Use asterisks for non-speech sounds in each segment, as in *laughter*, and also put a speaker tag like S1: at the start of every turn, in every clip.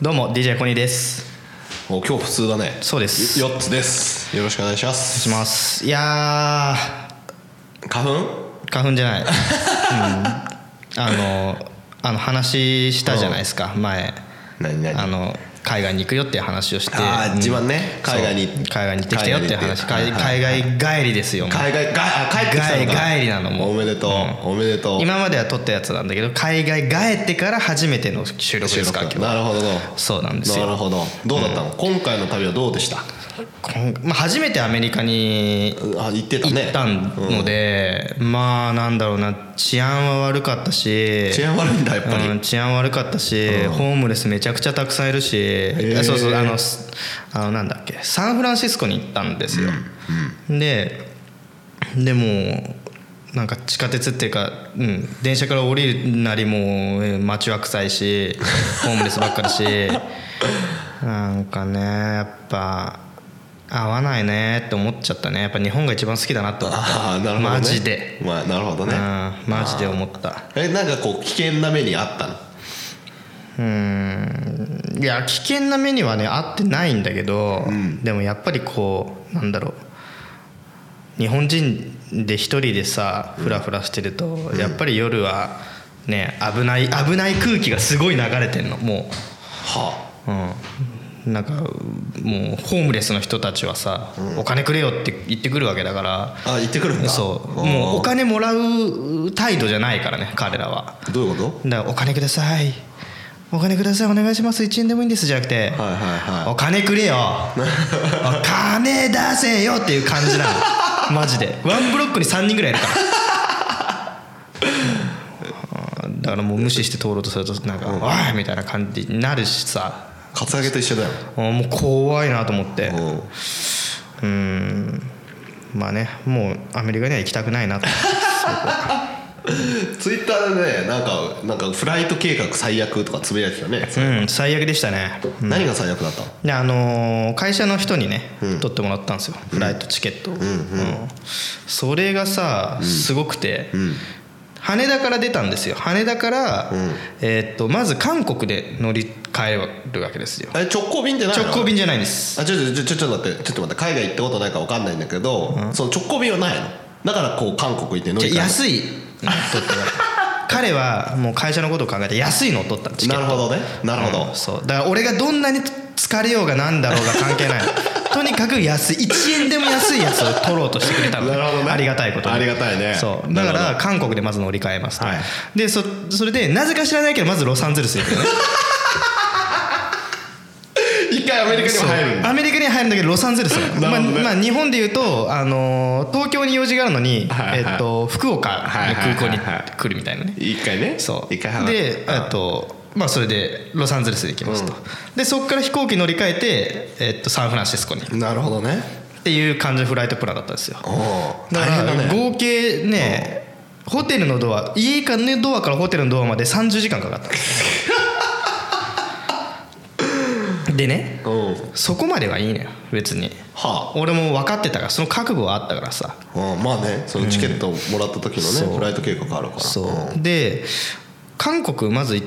S1: どうも DJ コニーです
S2: もう今日普通だね
S1: そうです
S2: よ4つですよろしくお願いしま
S1: お願い
S2: す
S1: しますいや
S2: 花粉
S1: ー花粉じゃ
S2: *laughs*
S1: ない、うん、あのあの話したじゃないですか前
S2: 何何
S1: あの海外に行くよっていう話をして
S2: あー
S1: うん
S2: 自慢ね海外に
S1: そう海外に行ってきたよっていう話海
S2: 海外に行ってはいはい
S1: 外帰りですよもう
S2: 海外があ帰ってきたのか
S1: 帰帰りなのもう
S2: おめでとう、おめでとう
S1: 今までは撮ったやつなんだけど海外帰ってから初めての収録ですか今日
S2: なるほど
S1: そうなんです
S2: なる
S1: よ
S2: ほどどうだったの、今回の旅はどうでした
S1: こんまあ、初めてアメリカに
S2: あ行ってたね
S1: 行ったので、まあなんだろうな治安は悪かったし
S2: 治安悪いんだやっぱり、
S1: うん、治安悪かったし、ホームレスめちゃくちゃたくさんいるし、
S2: ー
S1: あそうそうあのすあのなんだっけサンフランシスコに行ったんですよ、ででもなんか地下鉄っていうか、うん、電車から降りるなりもうえー街は臭い
S2: *laughs*
S1: しホームレスばっかりしなんかねやっぱ合わないねって思っちゃったねやっぱ日本が一番好きだなと思った
S2: ああなるほど、ね、
S1: マジで、
S2: まあ、なるほど
S1: うん
S2: ね
S1: マジで思った
S2: えなんかこう危険な目にあったの
S1: うーんいや危険な目にはね合ってないんだけど、でもやっぱりこうなんだろう日本人で一人でさフラフラしてると、やっぱり夜はね危ない危ない空気がすごい流れてんのも
S2: は
S1: う、うん、なんかもうホームレスの人たちはさ、お金くれよって言ってくるわけだから
S2: ああ行ってくるんだ
S1: そう
S2: あー
S1: もうお金もらう態度じゃないからね彼らは。
S2: どういうこと
S1: だからお金くださいお金くださいお願いします1円でもいいんですじゃなくて、
S2: はいはいはい
S1: お金くれよお金出せよっていう感じなの *laughs* マジでワンブロックに3人ぐらいいるからだからも *laughs* う無視して通ろうとするとなんか「おい!」みたいな感じになるしさ
S2: カツアゲと一緒だよ
S1: あもう怖いなと思って
S2: うん
S1: うんまあねもうアメリカには行きたくない *laughs* なと
S2: ツイッターでねなんかなんかフライト計画最悪とかつぶやいてたね、
S1: うん最悪でしたね
S2: 何が最悪だったの
S1: であのー会社の人にね、取ってもらったんですよフライトチケットを、うんそれがさすごくて、羽田から出たんですよ羽田から、えーっとまず韓国で乗り換えるわけですよ
S2: あれ直行便ってないの
S1: 直行便じゃないんです
S2: あちょちょちょちょちょっと待ってちょっと待って海外行ったことないから分かんないんだけど、その直行便はないのだからこう韓国行って乗り
S1: じゃ
S2: 換えた
S1: 安いの取ってもらった
S2: *laughs*
S1: 彼はもう会社のことを考えて安いのを取ったチケッ
S2: な
S1: ト
S2: るほどねなるほど、
S1: うんそうだから俺がどんなに疲れようがなんだろうが関
S2: *laughs*
S1: 係ないとにかく安い1円でも安いやつを取ろうとしてくれたの
S2: なるほどね
S1: ありがたいことに
S2: ありがたいね
S1: そうだから韓国でまず乗り換えますと、
S2: はい
S1: でそそれでなぜか知らないけどまずロサンゼルス行くのね
S2: 一回アメリカにも入るんだ
S1: アメリカに入るんだけどロサンゼルスなの
S2: *laughs* なるほどね
S1: まあまあ、日本で言うと、あのー東京に用事があるのに、
S2: はいはい
S1: えっと福岡の空港に
S2: はいはいはいはい
S1: 来るみたいなね
S2: 一回ね
S1: そう
S2: 一回入る
S1: でえっとまあそれでロサンゼルスで行きますと、でそこから飛行機乗り換えて、えっと、サンフランシスコにっ
S2: なるほどね
S1: ていう感じのフライトプランだったんですよ
S2: おお
S1: だ
S2: 大
S1: か
S2: 変
S1: ら
S2: だね
S1: 合計ねホテルのドア家からねドアからホテルのドアまで30時間か
S2: *laughs*
S1: かったでね
S2: うん
S1: そこまではいいのよ別に
S2: は
S1: 俺も分かってたからその覚悟はあったからさ
S2: あうんまあねそのチケットもらった時のね、フライト計画あるから
S1: そうで韓国まずい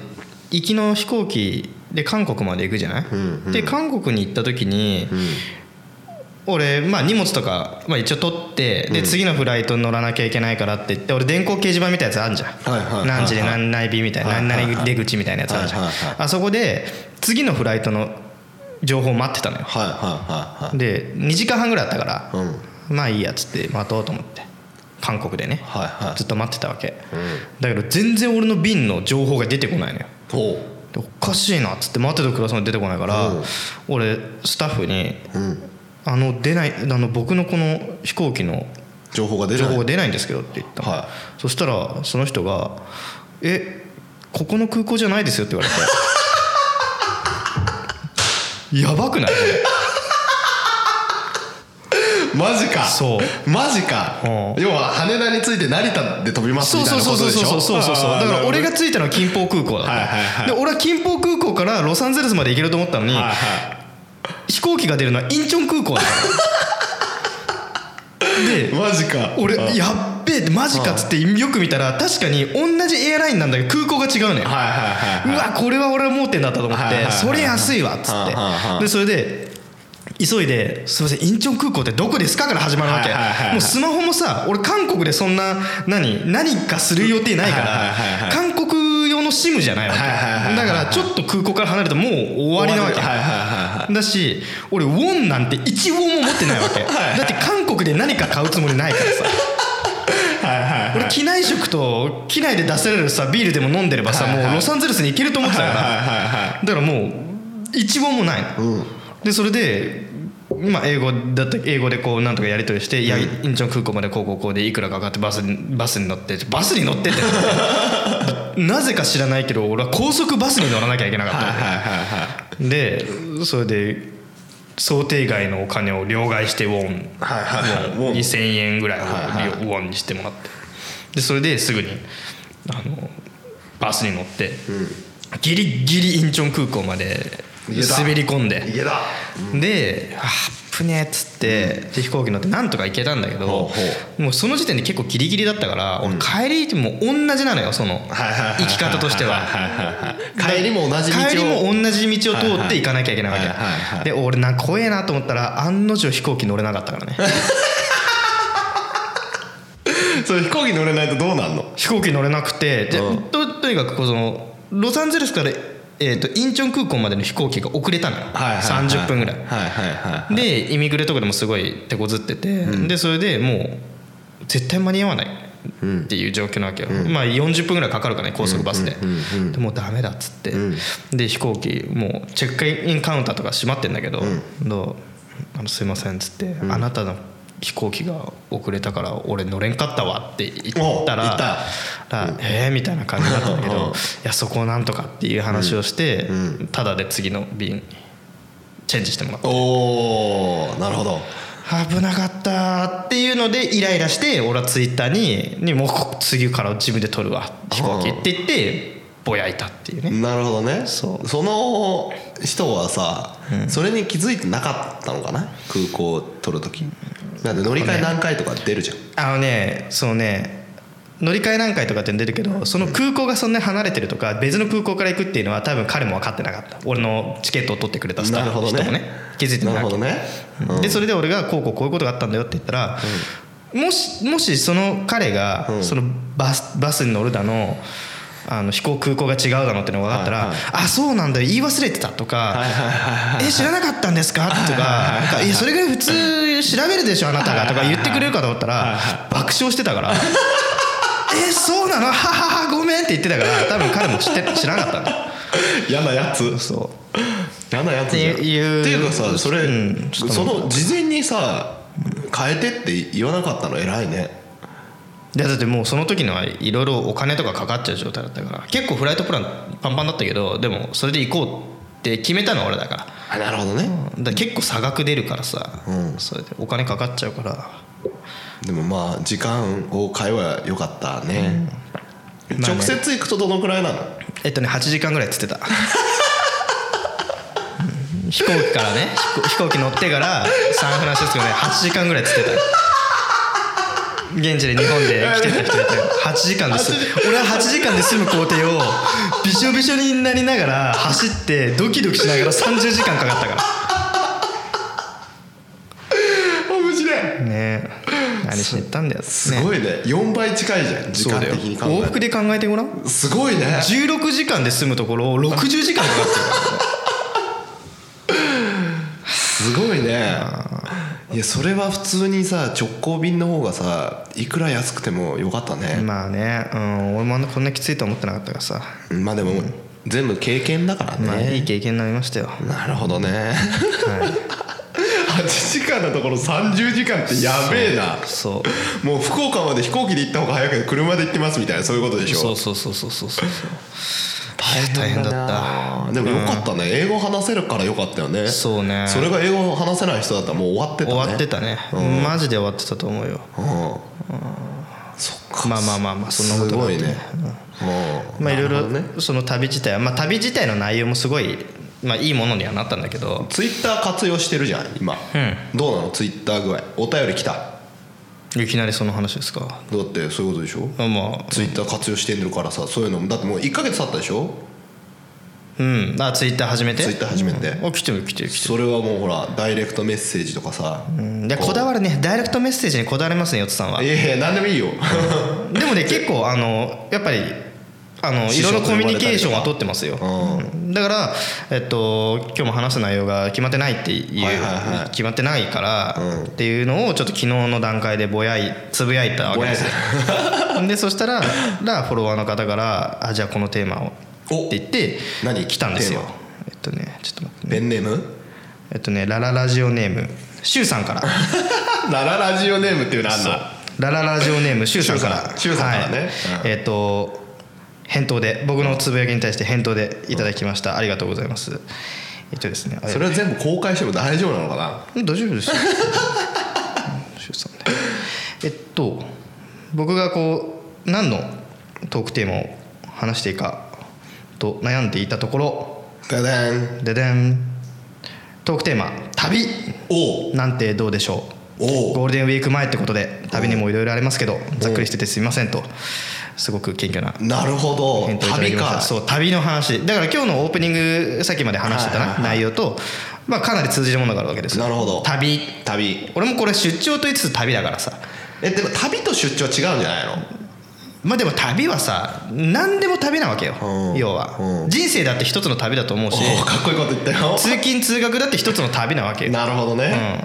S1: 行きの飛行機で韓国まで行くじゃない、
S2: ん
S1: で韓国に行った時に、俺、まあ、荷物とか、まあ、一応取ってで次のフライトに乗らなきゃいけないからって言って俺電光掲示板みたいなやつあるじゃん、
S2: はいはいはいはい
S1: 何時で何内日みたいな、
S2: はいはいはい
S1: 何々出口みたいなやつあるじゃん、
S2: はいはいはい
S1: あそこで次のフライトの情報を待ってたのよ
S2: はいはいはい
S1: で2時間半ぐらいあったから、
S2: はいうん
S1: まあいいやっつって待とうと思って韓国でね、
S2: はいは
S1: ずっと待ってたわけ、
S2: い
S1: だけど全然俺の瓶の情報が出てこないのよ
S2: うんほ
S1: でおかしいなっつって待っててくださいの出てこないから、
S2: うん
S1: 俺スタッフに
S2: ううん
S1: 「あの出ないあの僕のこの飛行機の
S2: 情報が出る
S1: 情報が出ないんですけど」って言ったの、
S2: はい
S1: そしたらその人が「えここの空港じゃないですよ」って言わ
S2: *laughs*
S1: れてやばくないこれ
S2: マジか
S1: そう
S2: マジか
S1: うん
S2: 要は羽田について成田で飛びます
S1: そ
S2: み
S1: う
S2: たい
S1: そう
S2: なこ
S1: そう
S2: と
S1: そ
S2: で
S1: う
S2: しょ
S1: そうそうそう
S2: あー
S1: だから俺
S2: な
S1: が
S2: る
S1: 着いたのは近邦空港だった、
S2: はいはいはい
S1: で俺は近邦空港からロサンゼルスまで行けると思ったのに、
S2: ほどはいは
S1: 飛行機が出るのはインチョン空港だから *laughs* で
S2: いマジか
S1: 俺
S2: うん
S1: やっべえってマジかっつってよく見たら確かに同じエアラインなんだけど空港が違うのよ、
S2: はいはいはいうはい
S1: わこれは俺は盲点だったと思っ
S2: はいはい
S1: て
S2: はい
S1: それ安いわっつ
S2: は
S1: っ
S2: いはいはい
S1: てでそれで急いで「すいませんインチョン空港ってどこですか?」から始まるわけ
S2: はいはいはいはい
S1: もうスマホもさ俺韓国でそんな何何かする予定ないか
S2: はい
S1: ら
S2: はいはいはい
S1: 韓国用の SIM じゃないわ
S2: はいはいはいは
S1: け
S2: い
S1: だからちょっと空港から離れてもう終わりなわけ
S2: はいはいはいはい
S1: だし俺ウォンなんて1ウォンも持ってないわけだって韓国で何か買うつもりないからさ俺機内食と機内で出されるさビールでも飲んでればさ
S2: はい
S1: も
S2: は
S1: う
S2: い
S1: ロサンゼルスに行けると思ってたから
S2: はいはいはい
S1: だからもう1音もないの、
S2: うん
S1: でそれで、まあ、英語だった英語でこうなんとかやり取りして、いやインチョン空港までこうこうこうでいくらかかかってバスにバスに乗ってバスに乗ってって
S2: *laughs*
S1: なぜか知らないけど俺は高速バスに乗らなきゃいけなかった
S2: はい
S1: わ
S2: はいはいはい
S1: け、でそれで想定外のお金を両替してウォン
S2: はいはいはいウォン
S1: 2000円ぐらいを
S2: はいはい
S1: ウォンにしてもらってでそれですぐにあのバスに乗って、ギリギリインチョン空港まで
S2: 家だ
S1: 滑り込んで
S2: 家だ
S1: で「あっぶね」っつって、で飛行機乗ってなんとか行けたんだけど
S2: ほうほ
S1: もうその時点で結構ギリギリだったから、俺帰りも同じなのよその
S2: はいはいはいはい
S1: 行き方としては。
S2: いはいはい帰りも同じ道を
S1: 帰りも同じ道を通って行かなきゃいけないわけ、
S2: はいはいはいはい
S1: で俺な怖えなと思ったら案の定飛行機乗れなかったからね
S2: それ飛行機乗れないとどうなんの
S1: 飛行機乗れなくてで
S2: うん
S1: ととにかくこうそのロサンゼルスから、えー、とインチョン空港までの飛行機が遅れたのよ、30分ぐらい
S2: はいはいはい
S1: でイミグレとかでもすごい手こずってて、でそれでもう絶対間に合わないっていう状況なわけよ、まあ40分ぐらいかかるからね高速バスで、でもうダメだっつって、で飛行機もうチェックインカウンターとか閉まってんだけど「どうあのすいません」っつって、あなたの飛行機が遅れたから俺乗れんかったわ」って言った
S2: おう言
S1: ら
S2: っ
S1: 「
S2: た
S1: らえーみたいな感じだったんだ *laughs* けどいやそこをなんとかっていう話をして、ただで次の便チェンジしてもらった。
S2: おーなるほど
S1: 危なかったっていうのでイライラして俺はツイッターに「にもうこ次から自分で撮るわ飛行機」って言ってぼやいたっていうね
S2: なるほどね
S1: そう
S2: その人はさ、それに気づいてなかったのかな空港を取る時なんで乗り換え何回とか出るじゃん、
S1: あのねそうね乗り換え何回とかって出るけどその空港がそんなに離れてるとか別の空港から行くっていうのは多分彼も分かってなかった俺のチケットを取ってくれたスタッフの人もね
S2: なるほどね
S1: 気づいてな
S2: な
S1: か
S2: る
S1: っ
S2: ほ
S1: た
S2: どね、
S1: でそれで俺がこうこうこういうことがあったんだよって言ったら、もしもしその彼が
S2: うん
S1: そのバスバスに乗るだのあの飛行空港が違うだのってのが分かったら「
S2: はい
S1: あそうなんだよ言い忘れてた」とか「え知らなかったんですか?」とかなんか「いやそれぐらい普通調べるでしょあなたが」とか言ってくれるかと思ったら爆笑してたから「えそうなのはははごめん」って言ってたから多分彼も知って知らなかったんだよ
S2: 嫌なやつ
S1: そう
S2: 嫌なやつじゃん
S1: っていう
S2: っていうかさそれ、
S1: うんちょっと
S2: その事前にさ変えてって言わなかったの偉いね
S1: いやだってもうその時のはいろいろお金とかかかっちゃう状態だったから結構フライトプランパンパンだったけどでもそれで行こうって決めたのは俺だからだか
S2: あなるほどね、
S1: ら結構差額出るからさ、
S2: うん
S1: それでお金かかっちゃうから
S2: でもまあ時間を変えは良かったね、
S1: まあね
S2: 直接行くとどのくらいなの
S1: えっとね8時間ぐらいっつってたうん飛行機からね飛行飛行機乗ってからサンフランシスコね8時間ぐらいっつってた現地で日本で来てた人いて8時間です俺は8時間で済む工程をびしょびしょになりながら走ってドキドキしながら30時間かかったか
S2: 面白い
S1: らね何しに行ったんだよす
S2: すごいね4倍近いじゃん時間的に考
S1: 往
S2: え
S1: 復
S2: る
S1: で考えてごらん
S2: とすごいね
S1: 16時間で済むところを60時間かかってる
S2: すごいねいやそれは普通にさ直行便の方がさいくら安くてもよかったね、
S1: *laughs* まあね、うん、俺もあんなこんなきついとは思ってなかったからさ、
S2: まあでも全部経験だからね、
S1: まあ、いい経験になりましたよ、
S2: なるほどね
S1: は、
S2: 8時間のところ30時間ってやべえない
S1: そう
S2: もう福岡まで飛行機で行った方が早くて車で行ってますみたいなそういうことでしょ
S1: そうそうそうそうそうそう
S2: 大変だったでもよかったね、英語話せるからよかったよね
S1: そうね
S2: それが英語話せない人だったらもう終わってた
S1: 終
S2: ね
S1: わってたね、
S2: うん
S1: マジで終わってたと思うよ
S2: うんそっか
S1: まあまあまあまあそんなこと
S2: す
S1: があっ
S2: ご
S1: て
S2: いねうん
S1: まあいろい
S2: なるほどね
S1: ろその旅自体は、まあ、旅自体の内容もすごい、まあ、いいものにはなったんだけど
S2: ツイッター活用してるじゃん今
S1: ん
S2: どうなのツイッター具合お便り来た
S1: いきなりその話ですか
S2: だってそういうことでしょ
S1: あまあ
S2: ツイッター活用してるからさそういうのもだってもう1か月経ったでしょ
S1: うんあツイッター始めて
S2: ツイッター始めて
S1: あ来てる来てる来てる
S2: それはもうほらダイレクトメッセージとかさ
S1: うんでこだわるねダイレクトメッセージにこだわりますねよつさんはい
S2: やいや何でもいいよ
S1: でもね結構あのやっぱりあのい
S2: 師
S1: ろ
S2: 匠
S1: い
S2: と
S1: ろ
S2: 呼ばれたりとか
S1: コミュニケーションは取ってますよ、うんだから、えっと、今日も話す内容が決まってないっていう、
S2: はいはいはい
S1: 決まってないから、っていうのをちょっと昨日の段階でぼやいつぶやいたわけです
S2: *laughs*
S1: よでそしたららフォロワーの方から「あじゃあこのテーマを」
S2: お
S1: って言って
S2: 何
S1: 来たんですよ
S2: テー
S1: えっと
S2: マ
S1: ねちょっと待ってね
S2: ペンネーム *laughs*
S1: えっとねラララジオネームシュウさんから
S2: ラララジオネームっていうのあん
S1: そう
S2: だ
S1: ラララジオネームシュウさんから
S2: シュウさんシュウさんからね
S1: はい
S2: うん
S1: えっと返答で僕のつぶやきに対して返答でいただきましたありがとうございますえっとですねあれ
S2: それは全部公開しても大丈夫なのかな
S1: うん大丈夫です
S2: *laughs*
S1: ようんシュウさんねえっと僕がこう何のトークテーマを話していいかと悩んでいたところ
S2: ダダン
S1: ででんトークテーマ「旅」
S2: おう
S1: なんてどうでしょう
S2: おう
S1: ゴールデンウィーク前ってことで旅にもいろいろありますけどざっくりしててすみませんとすごく謙虚な
S2: なるほど
S1: 返答をいただき
S2: 旅
S1: ました
S2: か
S1: そう旅の話だから今日のオープニングさっきまで話してた
S2: はい
S1: な
S2: はいはい
S1: 内容とまあかなり通じるものがあるわけですよ
S2: なるほど
S1: 旅
S2: 旅
S1: 俺もこれ出張と言いつつ旅だからさ
S2: えでも旅と出張違うんじゃないの
S1: まあでも旅はさ何でも旅なわけよ
S2: うん
S1: 要は
S2: うん
S1: 人生だって一つの旅だと思うし
S2: おうかっこいいこと言ったよ
S1: 通勤通学だって一つの旅なわけよ
S2: なるほどね、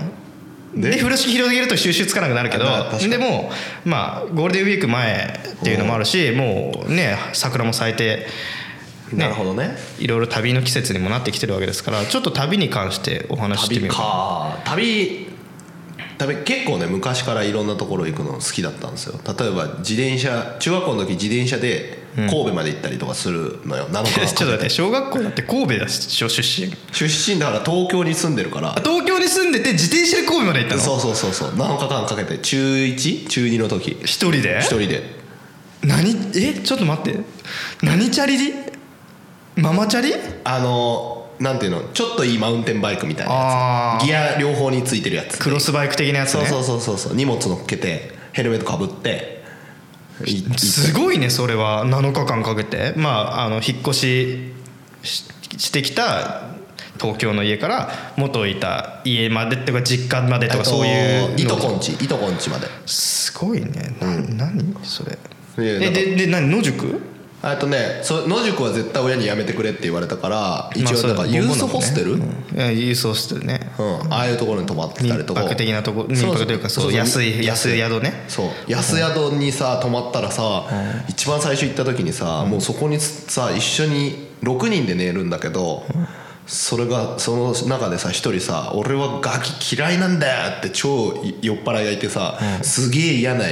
S1: うん、で風呂敷広げると収集つかなくなるけど
S2: あ確かに
S1: でもまあゴールデンウィーク前っていうのもあるしもうね桜も咲いて、
S2: な
S1: ね
S2: る、ほどね
S1: いろいろ旅の季節にもなってきてるわけですからちょっと旅に関してお話ししてみ
S2: 旅
S1: ようか
S2: か旅旅結構ね昔からいろんなところ行くの好きだったんですよ例えば自転車中学校の時自転車で神戸まで行ったりとかするのよ、七日間
S1: *laughs* *laughs* ちょっと待って小学校だって神戸だし出身
S2: 出身だから東京に住んでるから
S1: あ東京に住んでて自転車で神戸まで行ったの
S2: そうそうそうそう7日間かけて中1中2の時
S1: 一人で
S2: 一人で
S1: 何えちょっと待って何チャリママチャリ
S2: あのなんていうのちょっといいマウンテンバイクみたい
S1: あ
S2: なや
S1: ー
S2: つギア両方についてるやつ
S1: クロスバイク的なやつね
S2: そうそうそうそうそう荷物乗っけてヘルメットかぶっていい
S1: すごいねそれは7日間かけてまああの引っ越しししてきた東京の家から元いた家までとか実家までとかそういうの
S2: いとこんちいとこんちまです
S1: ごいねな何それ
S2: いや
S1: え
S2: だから
S1: でで何野宿
S2: あとねそ野宿は絶対親にやめてくれって言われたから一応だからユースホステル、うん
S1: ユースホステルね
S2: ああいうところに泊まってたり
S1: 民
S2: とか
S1: 泊的なとこ民
S2: そう
S1: 泊というかそう
S2: そうそう
S1: 安い安い宿ね
S2: そう安宿にさ泊まったらさ、一番最初行った時にさ、もうそこにさ一緒に6人で寝るんだけど、それがその中でさ一人さ「俺はガキ嫌いなんだよ」って超酔っ払いがいてさ、すげえ嫌な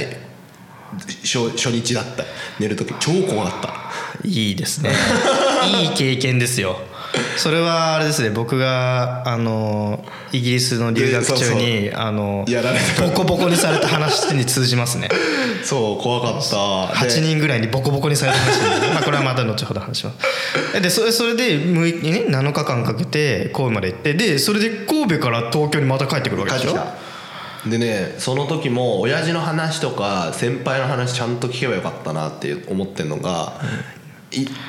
S2: 初初日だった寝る時超怖かった。
S1: いいですねいい経験ですよそれはあれですね僕があのイギリスの留学中にあの
S2: やられた
S1: ボコボコにされた話に通じます
S2: *laughs*
S1: ね
S2: そう怖かった
S1: 8
S2: で
S1: 人ぐらいにボコボコにされた話に
S2: *laughs*
S1: まあこれはまた後ほど話しますでそれそれで6日ね7日間かけて神戸まで行ってでそれで神戸から東京にまた帰ってくるわけ
S2: 帰っ
S1: でしてょ
S2: きたでねその時も親父の話とか先輩の話ちゃんと聞けばよかったなって思ってんのが、い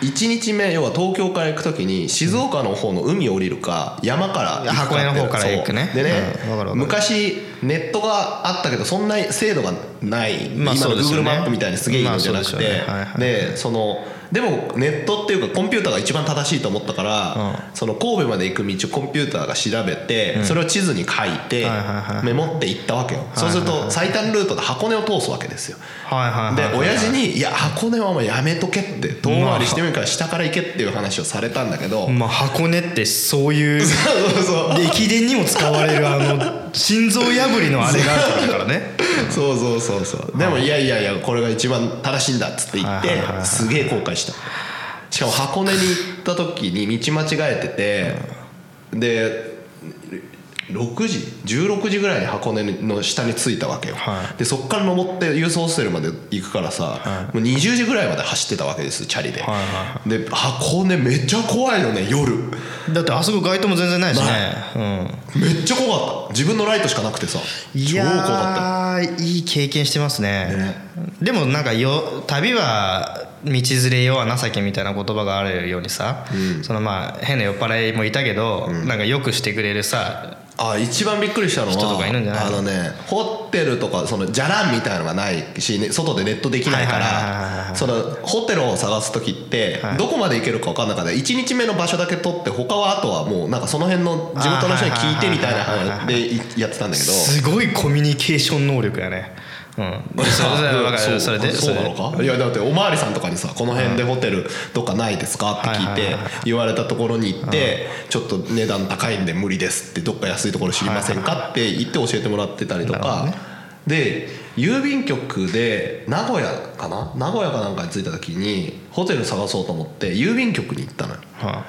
S2: 1日目要は東京から行く時に静岡の方の海降りるか山から行く
S1: 箱根の方から行くね
S2: そうでね
S1: うんわかるわか、る
S2: 昔ネットがあったけどそんな精度がない、
S1: まあ
S2: 今
S1: そう
S2: の
S1: ですよ
S2: Google
S1: ね
S2: マップみたいにすげえいいのじゃなくて、
S1: まあそうですよねはいはい
S2: でそのでもネットっていうかコンピューターが一番正しいと思ったから、その神戸まで行く道をコンピューターが調べて、それを地図に書いて
S1: はいはいはい
S2: メモって行ったわけよ、そうすると最短ルートで箱根を通すわけですよ
S1: はいはい
S2: で
S1: はいはい
S2: 親父に「いや箱根はもうやめとけ」って遠回りしてみるから下から行けっていう話をされたんだけど、
S1: まあ箱根ってそういう
S2: *laughs*
S1: *laughs*
S2: そうそう
S1: 駅伝にも使われるあの心臓破りのあれがあるからね
S2: そうそうそうそうでもいやいやいやこれが一番正しいんだっつって言っ
S1: はいはいはいは
S2: て
S1: い
S2: すげえ後悔したしかも箱根に行った時に道間違えててで6時16時ぐらいに箱根の下に着いたわけよ、
S1: はい
S2: でそっから登ってユースホステルまで行くからさ、もう20時ぐらいまで走ってたわけですチャリで、
S1: はいは
S2: で箱根めっちゃ怖いよね夜
S1: だってあそこ街灯も全然ないしね、
S2: めっちゃ怖かった自分のライトしかなくてさ
S1: うん、い
S2: 超怖かっ
S1: やーいい経験してますね
S2: ね
S1: でもなんかよ旅は道連れよは情けみたいな言葉があるようにさ、そのまあ変な酔っ払いもいたけど、なんかよくしてくれるさ
S2: たあ一番びっくりしたのは
S1: 人とかいるんじゃない
S2: あのねホテルとかそのじゃらんみたいなのがないし、ね、外でネットできないか
S1: はいはいはいはいは
S2: ら
S1: い
S2: そのホテルを探す時って
S1: はい
S2: どこまで行けるか分かんなかった1日目の場所だけ取って他はあとはもうなんかその辺の地元の人に聞いてみたいな
S1: あーはいはいはいはい
S2: 話でやってたんだけど
S1: すごいコミュニケーション能力やねうんそれそれわかるそれで
S2: そう
S1: れ
S2: な
S1: で
S2: のかいやだっておまわりさんとかにさ「この辺でホテルどっかないですか?」って聞い
S1: はい
S2: て
S1: はいはい
S2: 言われたところに行って「ちょっと値段高いんで無理です」って「どっか安いところ知りませんか?」って言って教えてもらってたりと
S1: なるほど
S2: か
S1: ね
S2: で郵便局で名古屋かな名古屋かなんかに着いた時にホテル探そうと思って郵便局に行ったのよ
S1: は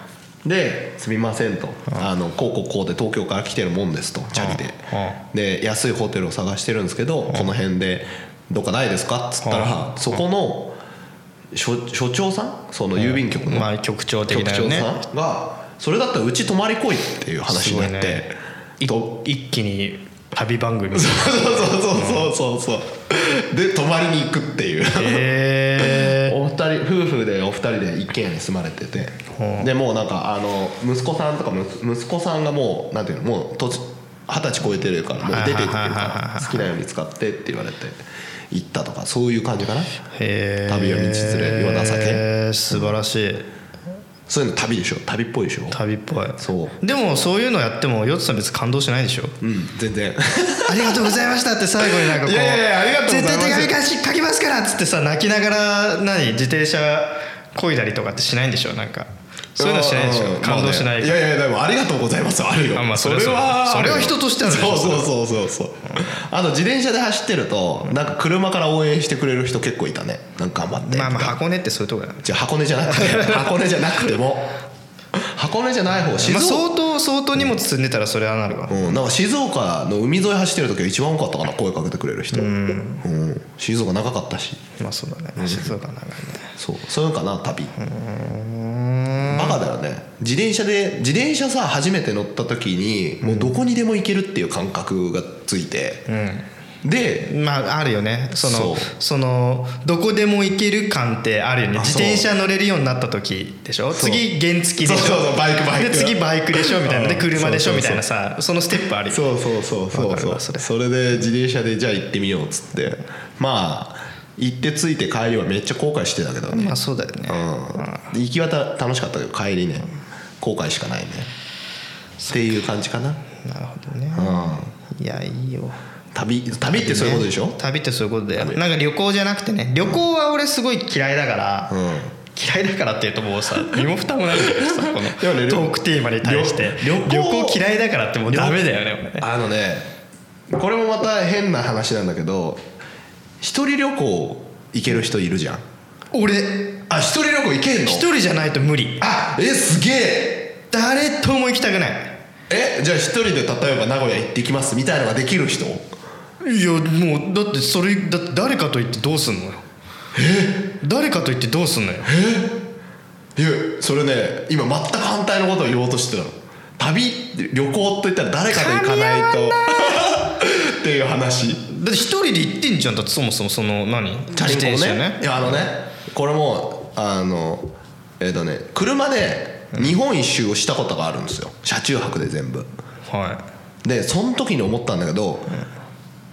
S2: で「すみません」と「あのこうこうこうで東京から来てるもんです」とチャリで
S1: は
S2: で安いホテルを探してるんですけどこの辺でどっかないですかっつったら
S1: は
S2: そこの所所長さんその郵便局
S1: ま
S2: の
S1: あ局長的
S2: 局
S1: な
S2: 長
S1: よね
S2: さんが「それだったらうち泊まり来い」っていう話になっ
S1: すごいね
S2: てと *laughs*
S1: 一気に旅番組みたいな
S2: そうそうそうそうそうそうで泊まりに行くっていう
S1: へ
S2: お二人夫婦でお二人で一軒家に住まれてて
S1: ほう
S2: でもうなんかあの息子さんとかむ息子さんがもうなんていうのもうとつ二十歳超えてるからもう出てってる
S1: はいはいはいはい
S2: か
S1: は
S2: ら
S1: い
S2: 好きなように使ってって言われて行ったとかそういう感じかな
S1: え
S2: 旅より道連れ世情け
S1: 素晴らしい
S2: そういうの旅でしょ旅っぽいでしょ
S1: 旅っぽい
S2: そう
S1: でもそういうのやってもヨッツさん別に感動しないでしょ
S2: うん全然
S1: *laughs* ありがとうございましたって最後になんかこう
S2: いやいやいやありがとうございます
S1: 絶対手紙書き書きますからっつってさ泣きながら何自転車こいだりとかってしないんでしょなんかそういうのしないでし
S2: うんうん
S1: ょ感動しない
S2: まあねいやいやでもありがとうございますあるよ
S1: あまあ
S2: そ
S1: そ
S2: れ
S1: れ
S2: は
S1: それ
S2: あるよ
S1: それは人としてあるでしょ
S2: そうそうそうそうそうあと自転車で走ってるとなんか車から応援してくれる人結構いたねなんか頑張って
S1: まあまあ
S2: とか
S1: 箱根ってそういうとこだね
S2: じゃあ箱根じゃなくて箱根じゃなくても箱根じゃない方静
S1: まあ
S2: 岡、
S1: 相当相当荷物積んでたらそれはなるわ
S2: うん、なんか静岡の海沿い走ってる時が一番多かったかな声かけてくれる人うん、静岡長かったし
S1: まあそうだね静岡なんかね
S2: そうそういうのかな旅バカだよね自転車で自転車さ初めて乗った時にもうどこにでも行けるっていう感覚がついて、で
S1: まああるよねその
S2: そう
S1: そのどこでも行ける感ってあるよね
S2: あ
S1: 自
S2: そう
S1: 転車乗れるようになった時でしょ
S2: そう
S1: 次原付でし
S2: そうそうそ
S1: ょ
S2: うバイクバイク
S1: で次バイクでしょみたいなで
S2: うん
S1: 車でしょ
S2: そうそうそう
S1: みたいなさそのステップあるよ
S2: そうそうそうそ
S1: わ
S2: う
S1: か
S2: そ
S1: る
S2: う
S1: わ
S2: そ
S1: そ
S2: れ
S1: れ
S2: で自転車でじゃあ行ってみようっつってまあ行って着いて帰りはめっちゃ後悔してたけどね、
S1: まあそうだよね
S2: うん、行きはた楽しかったけど帰りね後悔しかないねっていう感じかな、
S1: なるほどね
S2: うん、
S1: いやいいよ
S2: 旅旅ってそういうことでしょ、
S1: ね旅ってそういうことだよなんか旅行じゃなくてね旅行は俺すごい嫌いだから
S2: うん、
S1: 嫌いだからっていうともうさ身も蓋もないんだけ
S2: *laughs*
S1: どさこの
S2: でもね
S1: トークテーマに対して
S2: 旅旅
S1: 旅
S2: 行
S1: 行嫌いだからってもうダメだよね俺ね
S2: あのねこれもまた変な話なんだけど一人旅行行ける人いるじゃん
S1: 俺
S2: あ一人旅行行けんの
S1: 一人じゃないと無理
S2: あえすげえ
S1: 誰とも行きたくない
S2: えじゃあ一人で例えば名古屋行ってきますみたいなのができる人
S1: いやもうだってそれだって誰かと行ってどうすんのよえ誰かと行ってどうすんのよ
S2: いやそれね今全く反対のことを言おうとしてたの旅旅行といったら誰かと行かないとっていう話
S1: だって一人で行ってんじゃんだってそもそもその何自
S2: チャリンコ
S1: 転
S2: も
S1: 車
S2: ね
S1: ね
S2: いやあのねこれもあのえっ、とね車で日本一周をしたことがあるんですよ車中泊で全部
S1: は
S2: でその時に思ったんだけど、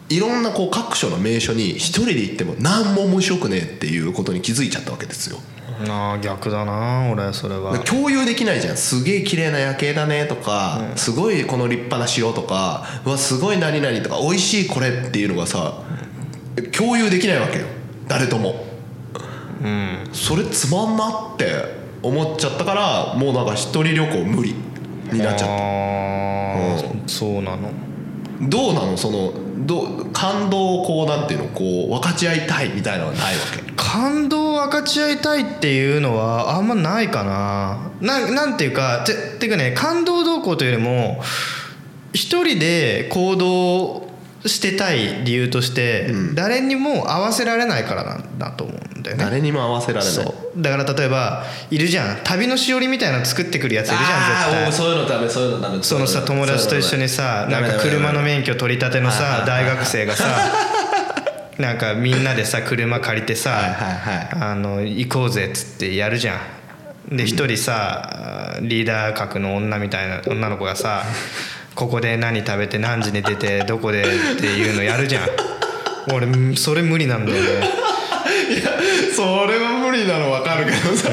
S2: いろんなこう各所の名所に一人で行っても何も面白くねえっていうことに気づいちゃったわけですよ
S1: いなあ逆だな俺それは
S2: 共有できないじゃんすげえ綺麗な夜景だねとか、すごいこの立派な塩とかうわすごい何々とか美味しいこれっていうのがさ共有できないわけよ誰とも、それつまんなって思っちゃったからもうなんか一人旅行無理になっちゃった
S1: あーそうなの
S2: どうなのそのどう感動をこうなんていうのこう分かち合いたいみたいなのはないわけ
S1: 感動を分かち合いたいっていうのはあんまないかななんなんていうかてていうかね感動動向というよりも一人で行動してたい理由として、
S2: うん
S1: 誰にも合わせられないからなんだと思うんだよね
S2: 誰にも合わせられない
S1: そうだから例えばいるじゃん旅のしおりみたいなの作ってくるやついるじゃん絶
S2: あーもう
S1: 対
S2: そういうのダメそういうのダメ
S1: そのさ友達と一緒にさなんか車の
S2: 目
S1: 免許取り立ての
S2: はいはい
S1: さ
S2: はい
S1: 大学生がさなんかみんなでさ車借りて
S2: はい
S1: さ
S2: はい
S1: *laughs*
S2: はい
S1: あの行こうぜっつってやるじゃんで一人さリーダー格の女みたいな女の子が
S2: *laughs*
S1: さ「ここで何食べて何時に出てどこで」っていうのやるじ
S2: *laughs*
S1: ゃん俺それ無理なんだよね
S2: それは無理なの分かるけどさ、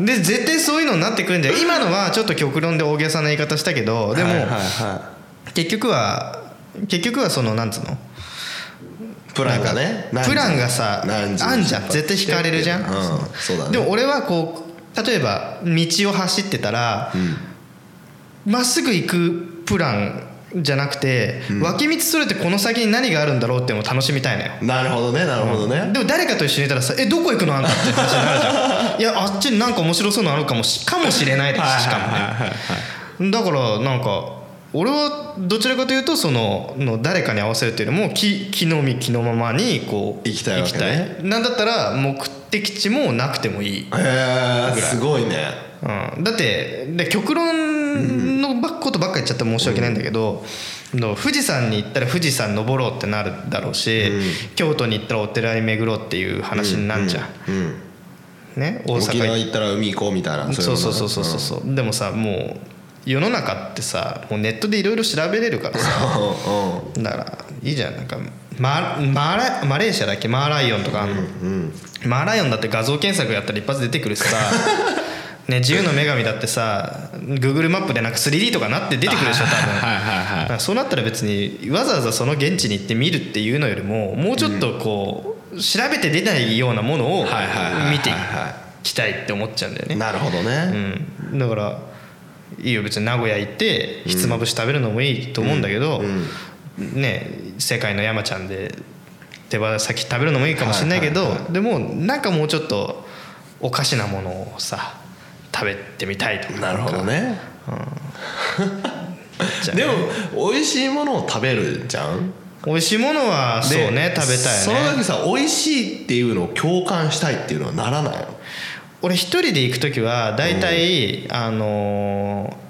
S1: で絶対そういうのになってくるんだよ今のはちょっと極論で大げさな言い方したけどでも、
S2: はいはいは
S1: 結局は結局はそのなんつうの
S2: いプランがね
S1: なんかプランがさ
S2: 何時
S1: あんじゃん絶対引かれるじゃん
S2: うん、そうだね
S1: でも俺はこう例えば道を走ってたら
S2: うん
S1: まっすぐ行くプランじゃなくて、脇道それてこの先に何があるんだろうっていうのを楽しみたいのよ
S2: なるほどねなるほどね、
S1: でも誰かと一緒にいたらさ「えどこ行くのあんた」って話になるじゃんい
S2: *laughs*
S1: やあっちになんか面白そうなのあるかもしかもしれないですしかもねだからなんか俺はどちらかというとそのの誰かに合わせるっていうよりもき気の身気のままにこう
S2: 行きたいわけね
S1: 行きたいなんだったら目的地もなくてもいい、
S2: へえすごいね
S1: うん、だってで極論のばっことばっか言っちゃって申し訳ないんだけど、の富士山に行ったら富士山登ろうってなるだろうし、
S2: うん
S1: 京都に行ったらお寺に巡ろうっていう話になるじゃん、
S2: うん、うん
S1: ね大
S2: 沖
S1: 阪
S2: 縄
S1: 行っ
S2: 行ったら海行こうみたいな
S1: そうそうそうそうそうそう、でもさもう世の中ってさもうネットでいろいろ調べれるからさ
S2: そ
S1: だからいいじゃんなんかママーラマレーシアだっけマーライオンとかあんの、
S2: うんうん
S1: マーライオンだって画像検索やったら一発出てくるし
S2: *laughs*
S1: さね、自由の女神だってさ Google マップでなんか 3D とかなって出てくるでしょ多分
S2: はいはいは
S1: だ
S2: い
S1: からそうなったら別にわざわざその現地に行って見るっていうのよりももうちょっとこう、調べて出ないようなものを
S2: はいはいはいはいはい
S1: 見ていきたいって思っちゃうんだよね
S2: なるほどね、
S1: うん、だからいいよ別に名古屋行ってひつまぶし食べるのもいいと思うんだけど、ね世界の山ちゃんで手羽先食べるのもいいかもしれないけど、
S2: はい
S1: でもなんかもうちょっとおかしなものをさ食べてみたいとか
S2: なるほどね
S1: じゃあ
S2: *laughs* でも美味しいものを食べるじゃん
S1: 美味しいものはそう
S2: で
S1: ね食べ
S2: そ
S1: た
S2: の
S1: いね
S2: 時さ美味しいっていうのを共感したいっていうのはならないの
S1: 俺一人で行く時は大体、あのー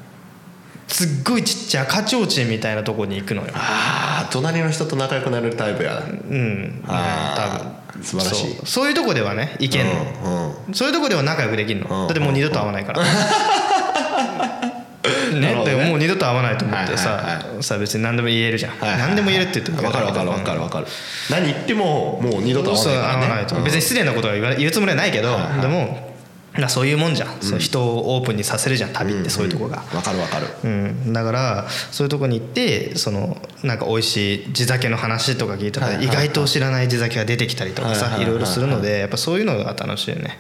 S1: すっごいちっちゃい赤ちょうちんみたいなとこに行くのよ
S2: ああ隣の人と仲良くなれるタイプや
S1: うん
S2: あー
S1: 多分
S2: 素晴らしい
S1: そうそういうとこではねいけんの、
S2: うんうん
S1: そういうとこでは仲良くできるの、
S2: うん
S1: だってもう二度と会わないから、*laughs*
S2: な
S1: ね
S2: るほどね
S1: だからもう二度と会わないと思ってさ、
S2: はいはい
S1: さ別に何でも言えるじゃん、
S2: はいはいはい
S1: 何でも言えるって言って
S2: わかるわかるわかるわかる何言ってももう二度と
S1: そう
S2: 会
S1: 会
S2: わな
S1: わ
S2: いか
S1: な
S2: ら
S1: い
S2: ね
S1: と、別に失礼なことは言わ言うつもりはないけど、
S2: はいはい
S1: でもなそういうもんじゃん、そう人をオープンにさせるじゃん旅ってそういうとこが、
S2: わかるわかる
S1: うん、だからそういうとこに行ってそのなんか美味しい地酒の話とか聞いた
S2: はい
S1: ら
S2: はい
S1: 意
S2: はい
S1: 外と知らない地酒が出てきたりとか
S2: はいはい
S1: さ
S2: はい
S1: い
S2: はい
S1: ろいろするのでやっぱそういうのが楽しいよね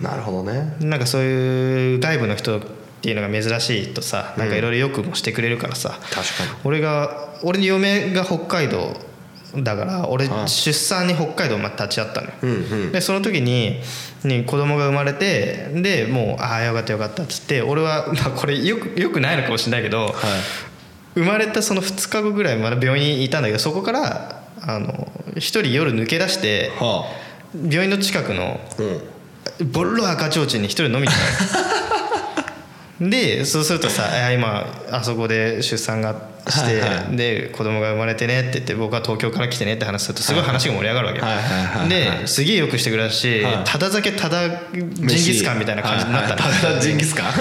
S2: なるほどね
S1: なんかそういう外部の人っていうのが珍しいとさなんかいろいろよくもしてくれるからさ
S2: 確かに
S1: 俺が俺の嫁が北海道だから俺
S2: はい
S1: 出産に北海道まで立ち会ったのよ
S2: うんうん
S1: でその時にに子供が生まれてでもうああよかったよかったっつって俺は、 *laughs* まあ、これよくよくないのかもしれないけど、生まれたその2日後ぐらいまで病院にいたんだけどそこからあの一人夜抜け出して
S2: は
S1: 病院の近くの
S2: あうん
S1: ボロ赤ちょうちんに一人飲みに行ったの
S2: *laughs*
S1: でそうするとさ「あ今あそこで出産がして、
S2: はいは
S1: で子供が生まれてね」って言って「僕は東京から来てね」って話するとすごい話が盛り上がるわけよ、
S2: はいはいはいはい
S1: ですげえよくしてくれたし、
S2: はい
S1: ただ酒ただジンギスカンみたいな感じになったの、
S2: はいはいただジンギスカンはい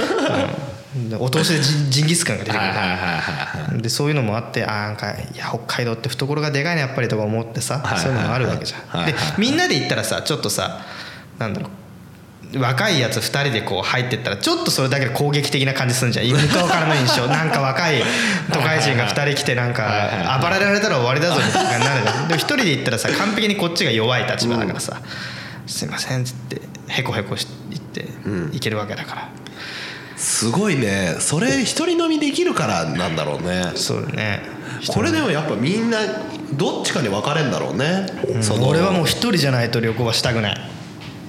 S1: うんでお通しでジンジンギスカンが出てくる、
S2: はいはいはい
S1: でそういうのもあってあーなんかいや北海道って懐がでかいねやっぱりとか思ってさ、
S2: はいはいはい
S1: そういうのもあるわけじゃん、
S2: はいはいはい
S1: でみんなで行ったらさちょっとさなんだろう若いやつ2人でこう入ってったらちょっとそれだけで攻撃的な感じするん
S2: *laughs*
S1: じゃん向かからの印象なんか若い都会人が2人来てなん
S2: はいはいは
S1: か暴れられたら終わりだぞみたいになるじゃんでも1人で行ったらさ完璧にこっちが弱い立場だからさ「すいません」っつってへこへこして行って行けるわけだから、
S2: すごいねそれ一人飲みできるからなんだろうね
S1: そうだね
S2: これでもやっぱみんなどっちかに分かれんだろうね、その
S1: 俺はもう1人じゃないと旅行はしたくない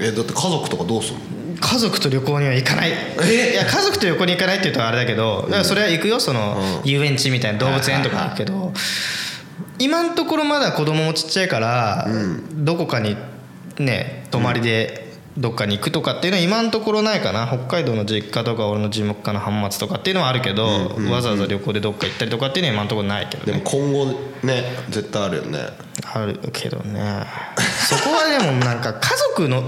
S2: えだって家族とかどうすんの
S1: 家族と旅行には行かないいや家族と旅行に行かないって言うとあれだけど、だからそれは行くよその遊園地みたいな動物園とか行くけど、今のところまだ子供もちっちゃいから、どこかにね泊まりでどっかに行くとかっていうのは今のところないかな北海道の実家とか俺の地元家の浜松とかっていうのはあるけど、わざわざ旅行でどっか行ったりとかっていうのは今のところないけど
S2: で
S1: ね
S2: も今後ね絶対あるよね
S1: あるけどねそこはでもなんか家族の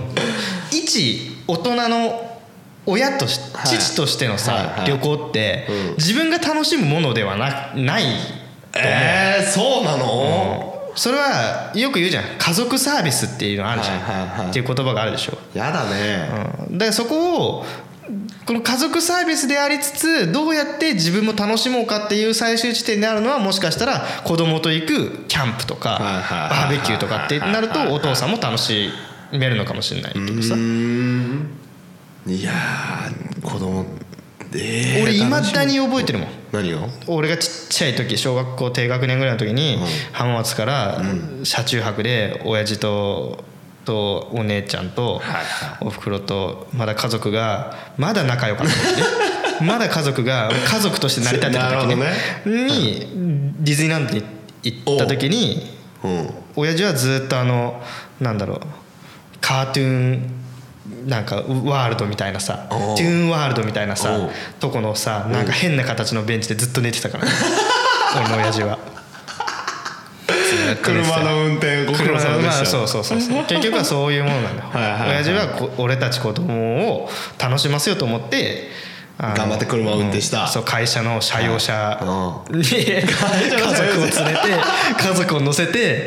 S1: 一大人の親とし
S2: はい
S1: 父としてのさ、
S2: はいはい
S1: 旅行って、
S2: うん
S1: 自分が楽しむものではなない
S2: えー、そうなの、
S1: それはよく言うじゃん家族サービスっていうのあるじゃん、
S2: はいはいはい
S1: っていう言葉があるでしょ、
S2: やだね、
S1: うん、でそこをこの家族サービスでありつつどうやって自分も楽しもうかっていう最終地点になるのはもしかしたら子供と行くキャンプとか
S2: はいはい
S1: バー
S2: はいはい
S1: ベキューとかってなる
S2: はいはい
S1: とお父さんも楽しめるのかもしれないけどさ
S2: うーんいやー子供えー
S1: 俺いま
S2: 楽し
S1: だに覚えてるもん
S2: 何を
S1: 俺がちっちゃい時小学校低学年ぐらいの時に浜松から車中泊で親父ととお姉ちゃんと
S2: はいは
S1: おふくろとまだ家族がまだ仲良かった時
S2: *laughs*
S1: ねまだ家族が家族として成り立ってた時、
S2: な
S1: ね
S2: る
S1: にディズニーランドに行った時に
S2: うん
S1: 親父はずっとあのなんだろうカートゥーンなんかワールドみたいなさト
S2: おう
S1: ゥーンワールドみたいな
S2: お
S1: さ
S2: う
S1: とこのさなんか変な形のベンチでずっと寝てた
S2: *laughs*
S1: からね俺の親父は
S2: 車の運転ご苦労様で
S1: まあ
S2: した
S1: そうそうそうそう結局はそういうものなんだ
S2: *laughs* はいはいはい
S1: 親父はこ俺たち子供を楽しませようと思ってあの
S2: 頑張って車を運転した
S1: うんそう会社の車用車
S2: は *laughs*
S1: に家族を連れて家族を乗せて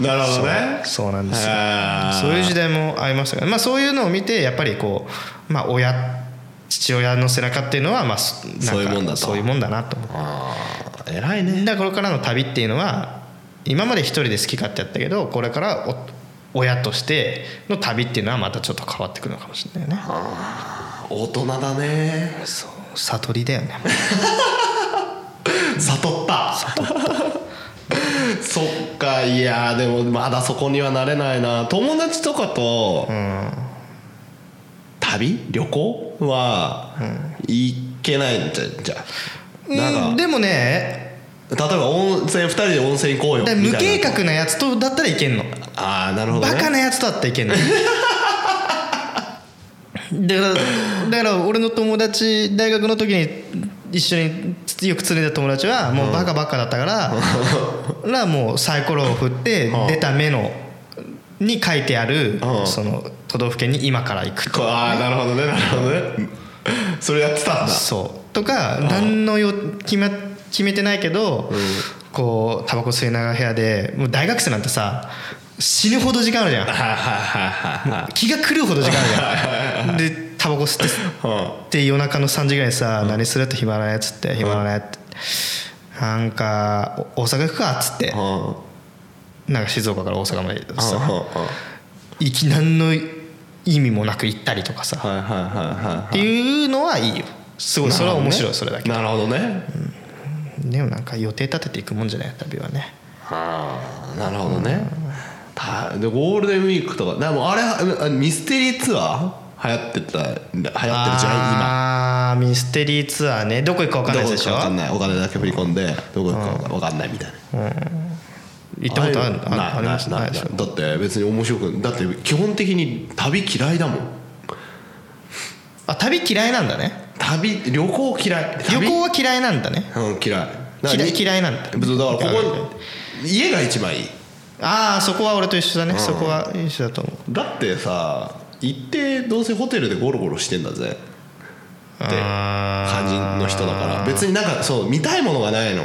S2: なるほどね
S1: そうなんですよ
S2: あー
S1: そういう時代もありましたから、まあ、そういうのを見てやっぱりこう、まあ、親父親の背中っていうのは、まあ、すなんか
S2: そういうもんだと
S1: そういうもんだなと思
S2: あー偉いね
S1: うだからこれからの旅っていうのは今まで一人で好き勝手やったけどこれからお親としての旅っていうのはまたちょっと変わってくるのかもしれないよね
S2: 大人だね
S1: そう悟りだよね
S2: 悟った *laughs* そっかいやーでもまだそこにはなれないな友達とかと、旅旅行は、行けないんじゃじゃあ *laughs* な
S1: うんん
S2: か
S1: でもね
S2: 例えば温泉2人で温泉行こうよ
S1: だ
S2: み
S1: か
S2: た
S1: ら
S2: いな
S1: 無計画なやつとだったらいけんの
S2: ああなるほど、ね、
S1: バカなやつだったらいけんの
S2: *laughs*
S1: だからだから俺の友達大学の時に一緒によく連れた友達はもうバカバカだったから、らもうサイコロを振って
S2: うん
S1: 出た目のに書いてある
S2: うん
S1: その都道府県に今から行くと
S2: こああなるほどねなるほどねそれやってたんだ
S1: そうとか何のよ決め決めてないけど、こうタバコ吸いながら部屋でもう大学生なんてさ死ぬほど時間あるじゃん
S2: はいはいはい
S1: 気が狂うほど時間あるじゃんでタバコ吸って
S2: はいはい
S1: で夜中の3時ぐらいにさ「何する?」って「暇なやつ」って「暇なやつ」ってなんかお大阪行くかっつって
S2: うんうんうん
S1: なんか静岡から大阪までさ
S2: はい
S1: き何の意味もなく行ったりとかさ
S2: いはいは
S1: っ
S2: い
S1: ていうのはいいよすごいそれは面白い
S2: なる
S1: そ
S2: ほどね
S1: れだけ
S2: なるほどね
S1: でもなんか予定立てていくもんじゃない旅はね
S2: ああなるほどねたでゴールデンウィークとかでもあれあミステリーツアー流行ってた流行ってるじゃん今
S1: あーミステリーツアーねどこ行くか分かんない
S2: ど
S1: や
S2: こ
S1: つで
S2: 行く
S1: し
S2: か
S1: ょ
S2: 分かんないお金だけ振り込んでどこ行くか分かんないみたいな
S1: 行ったことある
S2: の
S1: ああります
S2: な
S1: ないいでしょ
S2: だって別に面白くだって基本的に旅嫌いだもん
S1: あ旅嫌いなんだね
S2: 旅旅行嫌い
S1: 旅
S2: 旅
S1: 行は嫌いなんだね
S2: うん嫌い
S1: 嫌い
S2: い
S1: 嫌いなんだ
S2: だからここ家が一番いい
S1: ああそこは俺と一緒だね、そこは一緒だと思う
S2: だってさ行ってどうせホテルでゴロゴロしてんだぜって
S1: 感
S2: 感じの人だから別になんかそう見たいものがないの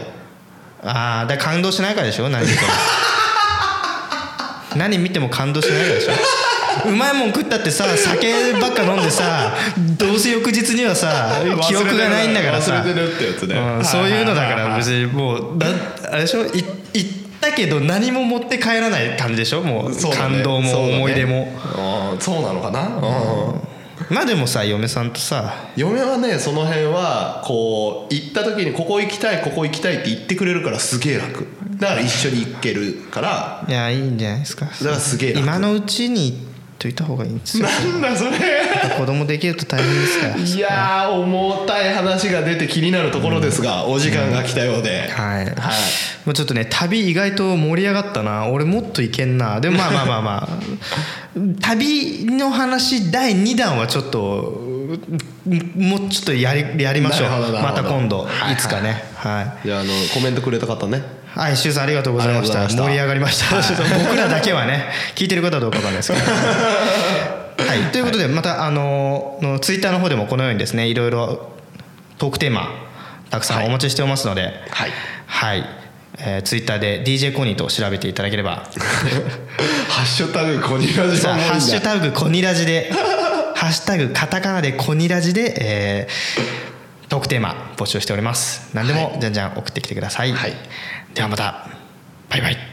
S1: ああだから感動しないからでしょ何見
S2: *laughs*
S1: ても何見ても感動しないからでしょうまいもん食ったってさ酒ばっか飲んでさどうせ翌日にはさ記憶がないんだからさ
S2: 忘れてるってやつね、
S1: うん、そういうのだから別にもうだあれでしょい行ったけど何も持って帰らない感じでしょもう
S2: そうだね
S1: 感動
S2: そうだ
S1: も
S2: ね
S1: 思い出も、
S2: あーそうなのかな、うん
S1: まあでもさ嫁さんとさ
S2: 嫁はねその辺はこう行った時にここ行きたいここ行きたいって言ってくれるからすげえ楽だから一緒に行けるから
S1: いやいいんじゃないですか
S2: だからすげえ楽
S1: 今のうちにといた方がいいん
S2: *laughs*
S1: ですよ
S2: なんだそれ
S1: 子供できると大変ですから
S2: いやー重たい話が出て気になるところですが、お時間が来たようで、
S1: はい、もうちょっとね旅意外と盛り上がったな俺もっといけんなでもまあまあまあ
S2: *laughs*
S1: まあ旅の話第2弾はちょっとうんもうちょっとやりやりましょう
S2: なるほどなる
S1: ま
S2: ほど
S1: た今度、
S2: はい
S1: い、つかねはい
S2: じゃああのコメントくれた方ね
S1: はい、シュウさんありがとうございました
S2: ありがとうございました
S1: 盛り上がりました、
S2: *laughs*
S1: 僕らだけはね聞いてる方はどうかわかんないですけどはいということで、またあののツイッターの方でもこのようにですねいろいろトークテーマたくさんお待ちしておりますので
S2: はい
S1: はい、えー、ツイッターで DJ コニーと調べていただけれ
S2: *laughs*
S1: ば
S2: ハッシュタグコニラジ
S1: さ
S2: さ
S1: あ
S2: ん
S1: ハッシュタグコニラジでハッシュタグカタカナでコニラジで、えートークテーマ募集しております何でもじゃんじゃん送ってきてください、
S2: はい
S1: ではまたバイバイ